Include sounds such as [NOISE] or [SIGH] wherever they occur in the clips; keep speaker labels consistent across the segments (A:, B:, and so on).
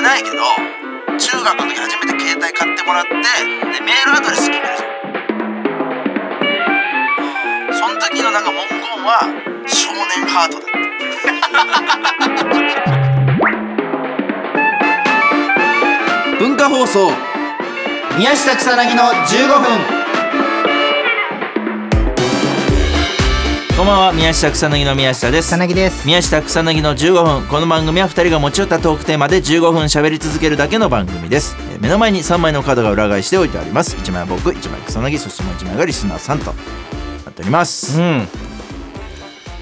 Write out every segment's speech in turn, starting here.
A: ないけど中学の時初めて携帯買ってもらってでメールアドレス決めるじゃんうんその時のなんか文言は「少年ハート」だった
B: [LAUGHS] 文化放送宮下草薙の15分こんばんは宮下草薙の宮下です
C: 草薙です
B: 宮下草薙の15分この番組は2人が持ち寄ったトークテーマで15分喋り続けるだけの番組です、えー目の前に3枚のカードが裏返して置いてあります1枚は僕1枚草薙そしてもう1枚がリスナーさんとなっております
C: うん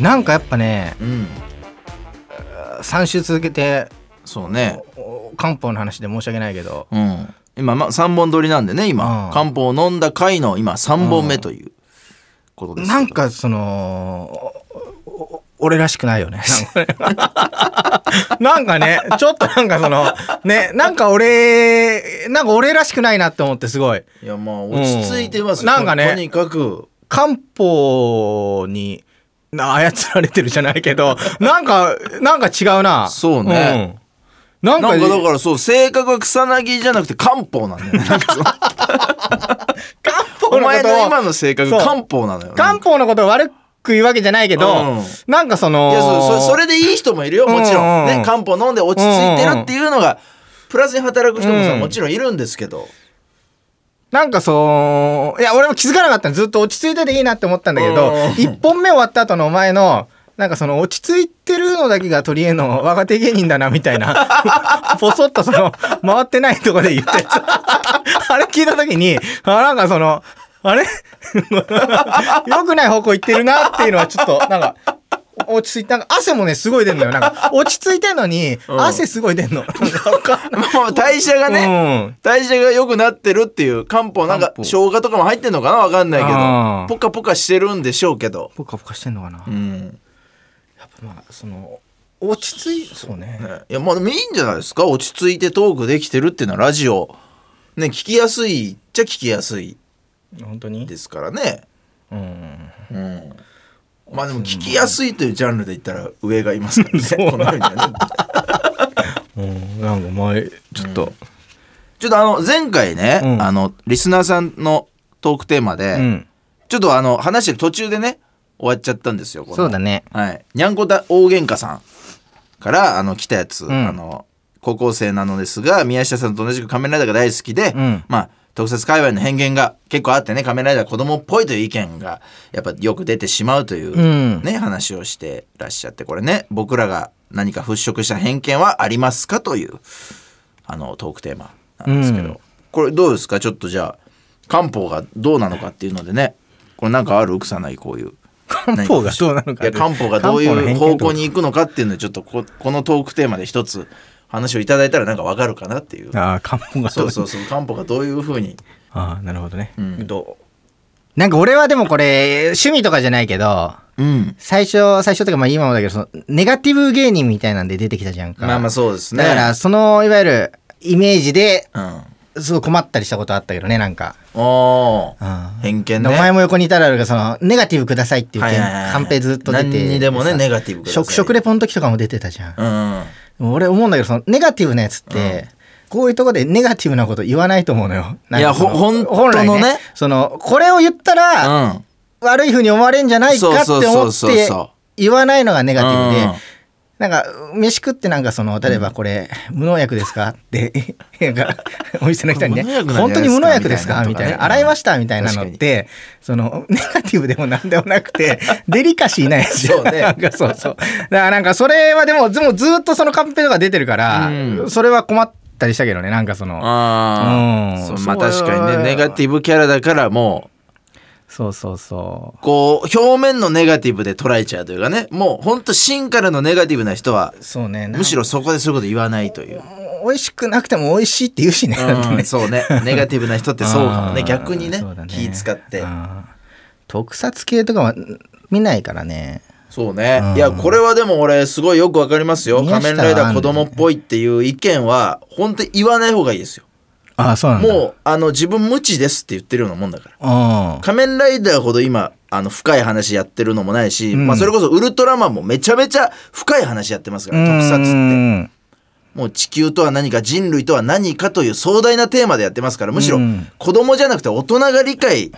C: なんかやっぱね
B: うん
C: 3週続けて
B: そうね
C: お漢方の話で申し訳ないけど
B: うん今、ま、3本撮りなんでね今、
C: うん
B: 漢方を飲んだ回の今3本目ということですけど
C: なんかそのおお俺らしくないよねなんかねなんかねちょっとなんかそのねなんか俺なんか俺らしくないなって思ってすごい
B: いやまあ落ち着いてます、
C: うんなんかね
B: ととにかく
C: 漢方にな操られてるじゃないけどなんかなんか違うな
B: そうね、
C: うんなん
B: な
C: か
B: んかだからそう性格は草薙じゃなくて漢方なんだよねなんかそう
C: [LAUGHS] 漢方
B: お
C: の
B: 前
C: こと
B: の
C: を
B: 今の性格
C: そう
B: 漢方なのよ
C: 漢方のことを悪く言うわけじゃないけど、
B: うん
C: なんかその
B: いやそうそそれでいい人もいるよもちろん、
C: うんうんうん
B: ね、漢方飲んで落ち着いてるっていうのがプラスに働く人もさ、
C: うん
B: もちろんいるんですけど
C: なんかそういや俺も気づかなかったのずっと落ち着いてていいなって思ったんだけど、
B: うん
C: 一本目終わった後のお前のなんかその落ち着いてるのだけが取り柄の若手芸人だなみたいな [LAUGHS] ポソッとその回ってないとこで言ってた [LAUGHS] あれ聞いた時にあなんかそのあれ [LAUGHS] 良くない方向行ってるなっていうのはちょっとなんか落ち着いてなんか汗もねすごい出んのよなんか落ち着いてんのに
B: うん
C: 汗すごい出んの、なんかわかんない
B: [LAUGHS] まあまあ代謝がね、
C: うん
B: 代謝が良くなってるっていう漢方なんか
C: 漢方
B: 生姜とかも入ってんのかなわかんないけ
C: あー
B: どポカポカしてるんでしょうけど
C: ポカポカしてんのかな、
B: うん
C: まあその落ち着いそうね
B: ねいやまあでもいいんじゃないですか落ち着いてトークできてるっていうのはラジオね聞きやすいっちゃ聞きやすい
C: 本当に
B: ですからね
C: うん
B: うんまあでも聞きやすいというジャンルで言ったら上がいます
C: [LAUGHS]
B: からねこの世にはね
C: うんなんか前ちょっと
B: ちょっとあの前回ね、
C: うん
B: あのリスナーさんのトークテーマで、
C: うん
B: ちょっとあの話してる途中でね終わっちゃったんですよこの
C: そうだね
B: はい、にゃんこだ大喧嘩さんからあの来たやつ、
C: ん
B: あの高校生なのですが宮下さんと同じく仮面ライダーが大好きで、
C: うん
B: まあ特設界隈の偏見が結構あってね仮面ライダーは子供っぽいという意見がやっぱよく出てしまうという、
C: うん
B: ね話をしてらっしゃってこれね僕らが何か払拭した偏見はありますかというあのトークテーマなんですけど、
C: うん
B: これどうですかちょっとじゃあ漢方がどうなのかっていうのでねこれなんかある草ないこういう。
C: 漢方がどうなのか
B: いや漢方がどう
C: 漢方の
B: い
C: 偏
B: う
C: 見
B: 方向に行くのかっていうのでちょっとここのトークテーマで一つ話をいただいたらなんかわかるかなっていう
C: ああ漢方がど
B: そううそうそう漢方がどういうふうに
C: ああなるほどね、
B: ん
C: どうなんか俺はでもこれ趣味とかじゃないけど
B: うん
C: 最初最初というかまあ今もだけどそのネガティブ芸人みたいなんで出てきたじゃんか
B: まあまあそうですね
C: だからそのいわゆるイメージで
B: うん
C: すごい困ったりしたことあったけどねなんか
B: お
C: あ
B: ー
C: ー
B: 偏見ね
C: お前も横にいたらあるがそのネガティブくださいっていう
B: はい
C: 件
B: はいはいはい
C: カンペずっと出て
B: 何にでもね
C: さ
B: ネガティブください
C: 食食レポの時とかも出てたじゃん
B: う、ん
C: もう俺思うんだけどそのネガティブなやつって、こういうとこでネガティブなこと言わないと思うのよなんか
B: いや
C: その
B: ほほん
C: 本来
B: ほんとのね
C: そのこれを言ったら、
B: うん
C: 悪いふうに思われんじゃないかって
B: そうそ
C: 思
B: う
C: っ
B: そう
C: て
B: そ
C: 言わないのがネガティブで、
B: うん
C: なんか飯食ってなんかその例えばこれ、無農薬ですかってな
B: [LAUGHS]
C: んかお店の人にね
B: 無農薬なんじゃないですか
C: 本当に無農薬ですかみたい
B: みたいなと
C: な
B: かね
C: 洗いましたみたいなのってそのネガティブでもなんでもなくてデリカシーないやつ
B: そうね
C: [LAUGHS] なんかそうそうだからなんかそれはでもずもうずっとそのカンペとか出てるから、
B: うん
C: それは困ったりしたけどねなんかその
B: あ
C: うん
B: ーそうまあ
C: そう
B: 確かにねネガティブキャラだからも
C: そうそうそう
B: こう表面のネガティブで捉えちゃうというかねもうほんと芯からのネガティブな人は
C: うそうねなん
B: むしろそこでそういうこと言わないという
C: 美味しくなくても美味しいって言うしね,だってね、
B: うん、そうねネガティブな人ってそうかもね
C: あー
B: 逆にね
C: そうだ
B: 気使って
C: あー特撮系とかはん見ないからね
B: そうね、
C: うん
B: いやこれはでも俺すごいよくわかりますよ「
C: 宮
B: 仮
C: 下は
B: 面ライダー子供っぽい」っていう意見は本当に言わない方がいいですよ
C: ああそうなんだ
B: もうあの自分無知ですって言ってるようなもんだから
C: うん
B: 仮面ライダーほど今あの深い話やってるのもないし、
C: うん
B: まあ、それこそウルトラマンもめちゃめちゃ深い話やってますから特撮って
C: うん
B: もう地球とは何か人類とは何かという壮大なテーマでやってますからむしろ
C: うん
B: 子供じゃなくて大人が理解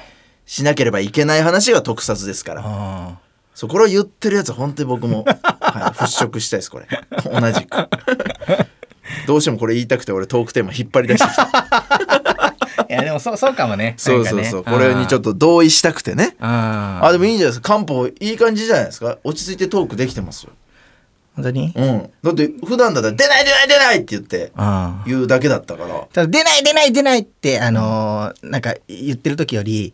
B: しなければいけない話が特撮ですから
C: あ
B: そうこれを言ってるやつ本当に僕も、 [LAUGHS] はい、払拭したいですこれ同じ
C: [LAUGHS]
B: くどうしてもこれ言いたくて俺トークテーマ引っ張り出してきた
C: ーいやでもそう [LAUGHS] そうかもね
B: そうそうそう、これにちょっ
C: と
B: と同意したくてね
C: あー
B: あでもいいんじゃないですか漢方いい感じじゃないですか落ち着いてトークできてますよ
C: 本当に
B: うんだって普段だったら「出ない出ない出ない!」って言って
C: ああ
B: 言うだけだったから
C: ただ出ない出ない出ないってあのーなんか言ってる時より、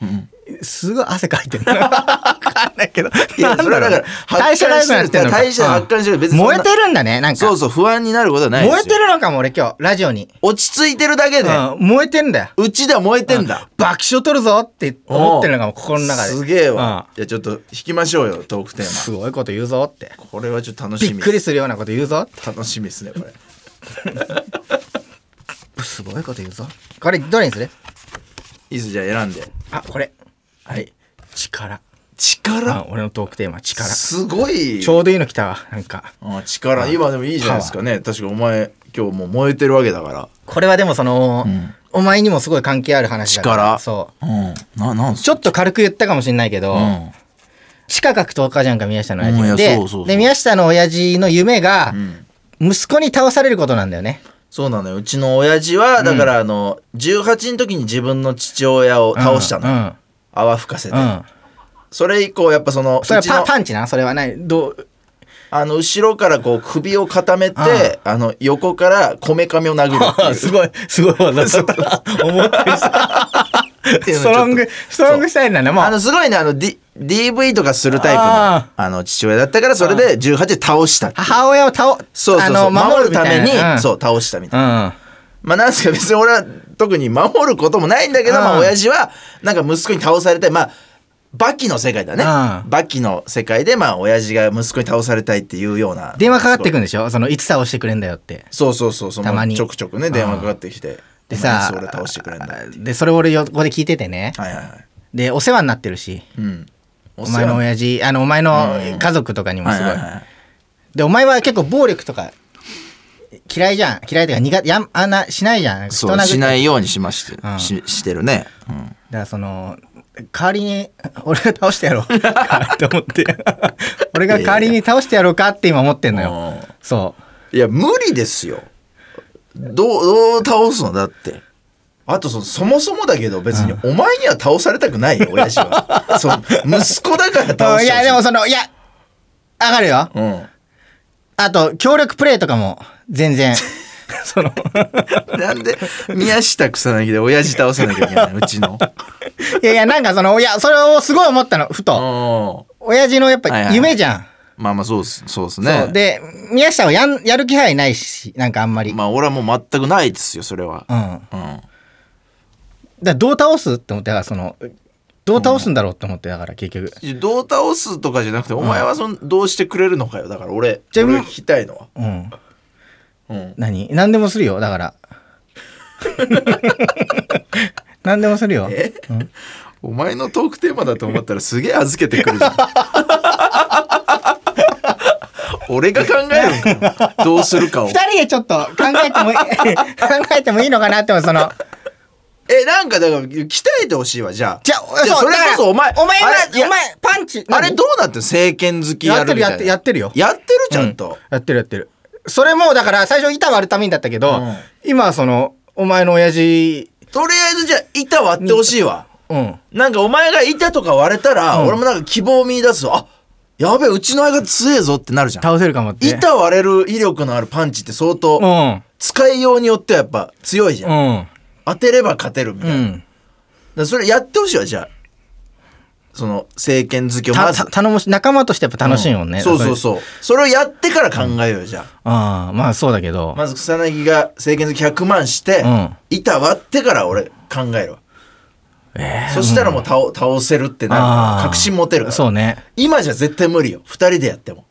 C: すごい汗かいてる。 [LAUGHS] わかんないけど。
B: いや
C: なん
B: それはだから
C: 代謝が良くなってるのか。
B: 代謝発汗してる別にそんな
C: 燃えてるんだね、なんか。
B: そうそう不安になることはないですよ
C: 燃えてるのかも、俺今日、ラジオに。
B: 落ち着いてるだけで
C: うん燃えてんだよ。
B: うちでは燃えてんだ
C: 爆笑取るぞって思ってるのかも、心の中で。
B: すげえわじゃあちょっと引きましょうよトークテ
C: うん。
B: ー
C: すごいこと言うぞって。
B: マこれはちょっと楽
C: び
B: し
C: っ
B: み
C: くりするようなこと言うぞ。
B: 楽しみですねこれ
C: すごいこと言うぞ。これ、どれにする
B: いいっすじゃあ選んで
C: あ、これ。
B: はい
C: 力。
B: 力
C: あ俺のトークテーマ、力。
B: すごい
C: ちょうどいいの来たわ、なんか。
B: あ力今でもいいじゃないですかね確かお前今日もう燃えてるわけだから
C: これはでもその、
B: うん
C: お前にもすごい関係ある話だか
B: 力
C: ら。そう。
B: うんななんす
C: ちょっと軽く言ったかもしれないけど、
B: うん
C: 四角く10日じゃんか宮下の
B: うんい
C: 親
B: や
C: 父
B: そ
C: で
B: うそうそう
C: で宮下の親父の夢が
B: うん
C: 息子に倒されることなんだよね、
B: そうなのようちの親父はだからあの18の時に自分の父親を倒したの
C: の
B: 泡吹かせて
C: うん、うん
B: それ以降やっぱそのうち
C: それはパ
B: の
C: パンチなそれはないど
B: [LAUGHS]
C: う
B: あの後ろからこう首を固めてあの横からこめかみを殴る
C: [LAUGHS]
B: っていう
C: ごいすごい技だ [LAUGHS] った思って
B: ってい
C: る
B: うのをちょ
C: スト
B: っと
C: ロングストロングしたいんだねも
B: あ
C: う
B: のすごいねあの、D、DV とかするタイプのあ
C: あ
B: の父親だったからそれで18で倒したっていう
C: 母親を倒
B: そうそうそう
C: あの
B: 守るために
C: みいな
B: そう倒したみたいな。
C: うん
B: まあなんですか別に俺は特に守ることもないんだけど、
C: うん
B: まあ親父はなんか息子に倒されたいまあバキの世界だね、
C: うん
B: バキの世界でまあ親父が息子に倒されたいっていうような
C: 電話かかってくんでしょそのいつ倒してくれんだよって
B: そうそうそうそう
C: たまに
B: ちょくちょくね電話かかってきて
C: でさ
B: お前いつ俺倒してくれんだっていう
C: でそれ俺横で聞いててね
B: はいはいはい
C: でお世話になってるし
B: うんお
C: お前の親父あのお前の家族とかにもすごい,、でお前は結構暴力とか嫌いじゃん嫌いというか苦手やんあんなしないじゃん人
B: そ
C: 殴
B: う
C: って
B: しないようにしまして、
C: うん
B: ししてるね、うん
C: だからその代わりに俺が倒してやろうかと思って俺が代わりに倒してやろうかって今思ってんのよ
B: うん
C: そう
B: いや無理ですよどうどう倒すのだってあとそそもそもだけど別にお前には倒されたくないよ親父
C: [LAUGHS]
B: はそう息子だから倒
C: い
B: してほし
C: やでもそのいや上がるよあと協力プレイとかも全
B: [LAUGHS]
C: 然その
B: うん、なんで宮下草薙で親父倒さなきゃいけないのうちの
C: いやいやなんかそのいやそれをすごい思ったのふと
B: う
C: 親父のやっ
B: はいはい
C: ぱ
B: はい
C: 夢じゃん、
B: んまあまあそうっすそうです
C: そう
B: ね
C: で宮下はやんやる気配ないしなんかあんまり、
B: まあ俺はもう全くないですよそれは、
C: うん
B: うん、
C: だからどう倒すって思ってだからそのどう倒すんだろうって思ってだから結局
B: いやどう倒すとかじゃなくて、お前はそのどうしてくれるのかよだから俺
C: じゃあ
B: 俺
C: うん
B: 聞きたいのは、
C: うん
B: うん、
C: 何何でもするよ
B: [LAUGHS]
C: だから何でもするよ
B: え、 [LAUGHS] お前のトークテーマだと思ったらすげえ預けてくるじゃん [LAUGHS] 俺が考えるんかなどうする
C: [LAUGHS]
B: かを
C: 二人でちょっと考えてもい [LAUGHS] い考えてもいいのかなって思うその
B: えなんかだから鍛えてほしいわじゃあ
C: じゃあ
B: じゃあ
C: う
B: それこ
C: だか
B: そ
C: ら
B: お前
C: お前
B: あれい
C: が
B: や
C: お前パンチ
B: あれ
C: 何
B: どうなってんの政権好きやるみたいな
C: やってるやってるよ
B: やってるちゃんと、
C: やってるやってるそれもだから最初板割るためにだったけど、
B: うん
C: 今はそのお前の親父
B: とりあえずじゃあ板割ってほしいわ、
C: うん
B: なんかお前が板とか割れたら、
C: うん
B: 俺もなんか希望を見出すわあやべえうちの相方強えぞってなるじゃん
C: 倒せるかもって
B: 板割れる威力のあるパンチって相当、
C: うん
B: 使いようによってはやっぱ強いじゃん、
C: うん
B: 当てれば勝てるみたいうな、だか
C: ん
B: らそれやってほしいわじゃあその政権好きをま
C: た
B: ず
C: た頼もし仲間としてやっぱ楽しいもんね、
B: うそうそう
C: う
B: そうそれをやってから考えようよじゃあ、
C: ああまあそうだけど、
B: まず草薙が政権好き100万して、
C: うん
B: 板割ってから俺考えるわ
C: えー
B: そしたらもう倒倒せるってなるから
C: あー
B: 確信持てるから
C: そうね
B: 今じゃ絶対無理よ2人でやっても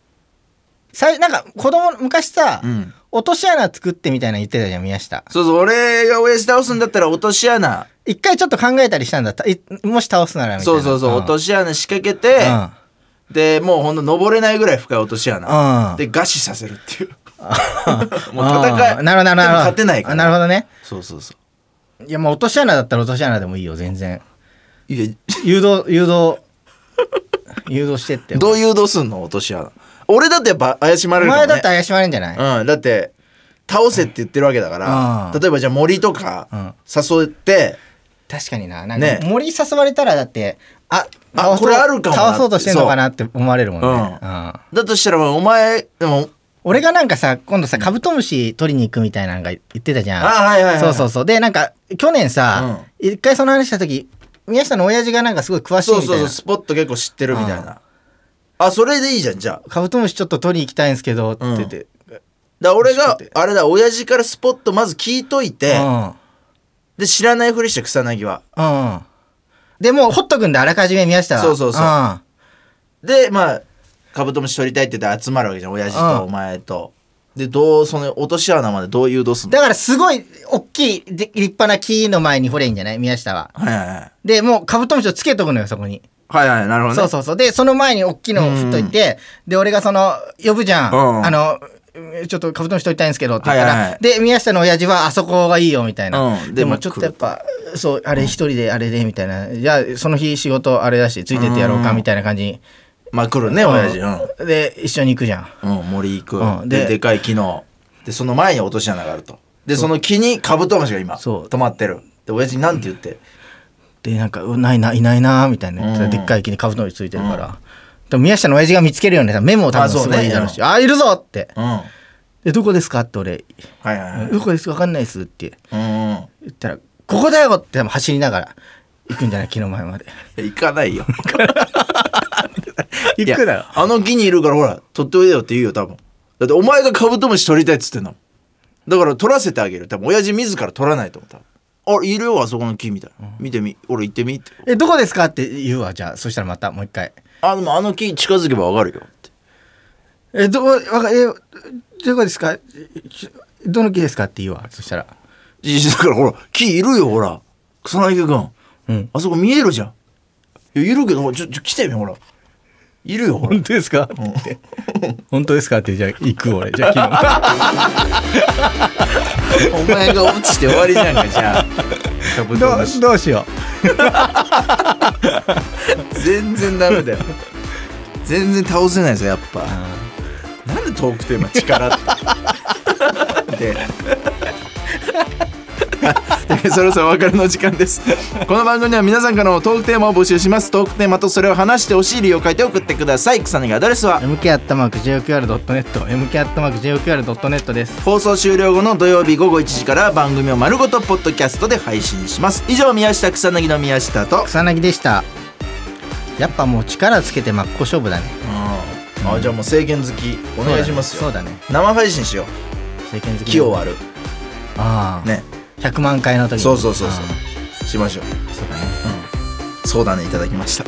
C: 最なんか子供昔さ、
B: うん
C: 落とし穴作ってみたいなの言ってたじゃん宮下
B: そうそう俺が親父倒すんだったら落とし穴
C: 一回ちょっと考えたりしたんだったいもし倒すならみたい
B: そう
C: な
B: そうそう、
C: ん
B: 落とし穴仕掛けて、
C: うん
B: でもうほんと登れないぐらい深い落とし穴、
C: うん
B: で餓死させるっていうもう戦
C: あー
B: い
C: なるほどなるほど。
B: でも勝てないから
C: あなるほどね。
B: そうそうそ
C: いや、もう落とし穴だったら落とし穴でもいいよ、全然。
B: うい
C: 誘導、誘導、誘導してって
B: や。どう誘導すんの落とし穴俺だってやっぱ怪しま
C: お
B: れるかも、ね、
C: 前だって怪しまれんじゃない、
B: うん、だって倒せって言ってるわけだから、
C: うん
B: 例えばじゃあ森と
C: う
B: か
C: ん
B: 誘って、
C: 確かにな。なん
B: ね
C: か森誘われたらだって、あ、
B: あ
C: 倒そ
B: こ
C: う
B: れあるかもな
C: 倒そうとしてんのかなって思われるもんね。
B: そう
C: うん
B: だとしたらお前でも
C: 俺がなんかさ今度さカブトムシ取りに行くみたいなのが言ってたじゃん
B: あはいはいはい
C: そうそうそうでなんか去年さ、一回その話した時宮下の親父がなんかすごい詳しい
B: そう
C: みたいな
B: そうそうスポット結構知ってるみたいな、あそれでいいじゃんじゃあ
C: カブトムシちょっと取りに行きたいんですけどって言って、
B: だから俺が
C: 知ってて
B: あれだ親父からスポットまず聞いといて、
C: うん
B: で知らないふりして草薙は
C: うんでもうほっとくんだあらかじめ宮下は
B: そうそうそうんでまあカブトムシ取りたいって言って集まるわけじゃん親父とお前と、でどうその落とし穴までどう誘導すんの
C: だからすごい大きいで立派な木の前に掘れんじゃない宮下は
B: はいはいはい
C: でもうカブトムシをつけとくのよそこに
B: はいはいなるほどね
C: そうそうそう。で、その前に大きいのを振っといて、で、俺がその、呼ぶじゃん。
B: うん
C: あの、ちょっとカブトムシ取りたいんですけどって言ったら、
B: はいはいはい
C: で、宮下の親父はあそこがいいよみたいな。
B: うんで
C: で
B: まあ
C: もちょっとやっぱ、そう、あれ一人であれでみたいな。じゃあ、その日仕事あれだし、ついてってやろうかみたいな感じに。
B: まあ来るね
C: うん
B: 親父うん
C: で、一緒に行くじゃん。
B: うん、森行く、
C: うん
B: で
C: で
B: でかい木のでその前に落とし穴があるとでその木にカブトムシが今
C: そう
B: 止まってるで親父になんて言って
C: で、なんか、うないな、いないな、みたいな。
B: うん
C: でっかい木にカブトムシついてるから。でも宮下の親父が見つけるよね。メモを多分
B: あそう
C: す
B: ね
C: ごいいいだろうし。あ、いるぞって。
B: うんはい
C: で、どこですかって俺、
B: はいはい
C: どこですかわかんないですって。
B: うんうん
C: 言ったら「ここだよ!」って走りながら行くんじゃない木の前まで
B: 行かないよ
C: [LAUGHS] 行くだ
B: い
C: ろ
B: やあの木にいるからほら取っておいでよって言うよ多分だってお前がカブトムシ取りたいっつってんのだから取らせてあげる多分親父自ら取らないと思う多分あいるよあそこの木みたいな、見てみ俺行ってみって
C: 「えどこですか?」って言うわじゃあそしたらまたもう一回
B: あでもあの木近づけばわかるよって
C: 「えどこわかえどこですかちどの木ですか?」って言うわそしたら
B: いやだからほら木いるよほら草薙君
C: 「うん
B: あそこ見えるじゃん。いやいるけど、ほらちょ、ちょ、来てみ、ほら。いるよ、ほら。
C: 本当ですか?」って言って「 [LAUGHS] 本当ですか?」ってじゃあ行く俺じゃあ
B: お前が落ちて終わりじゃんか、じ
C: [LAUGHS]
B: ゃあ。カブ
C: 木の
B: ト
C: 前
B: ムシ
C: どう [LAUGHS] どうしよ
B: 全然ダメだよ。全然倒せないですよ、やっぱ
C: う。あ
B: なんでトークテーマ力って。で。 [LAUGHS] でそろそろお別れの時間ですこの番組では皆さんからのトークテーマを募集しますトークテーマとそれを話してほしい理由を書いて送ってください草薙アドレスは
C: ー MK アットマーク JOQR.net MK アットマーク JOQR.net です
B: 放送終了後の土曜日午後1時から番組を丸ごとポッドキャストで配信します以上宮下草薙の宮下と
C: 草薙でしたやっぱもう力つけて真っ向勝負だね
B: あじゃあもう制限好きお願いしますよ
C: そうだね
B: 生配信しよう
C: 政権好き
B: 木を割る
C: ああ
B: ね
C: 100万回の時に
B: そうそうそうそ
C: あ
B: うしましょう
C: ーそうだね
B: そうだねいただきました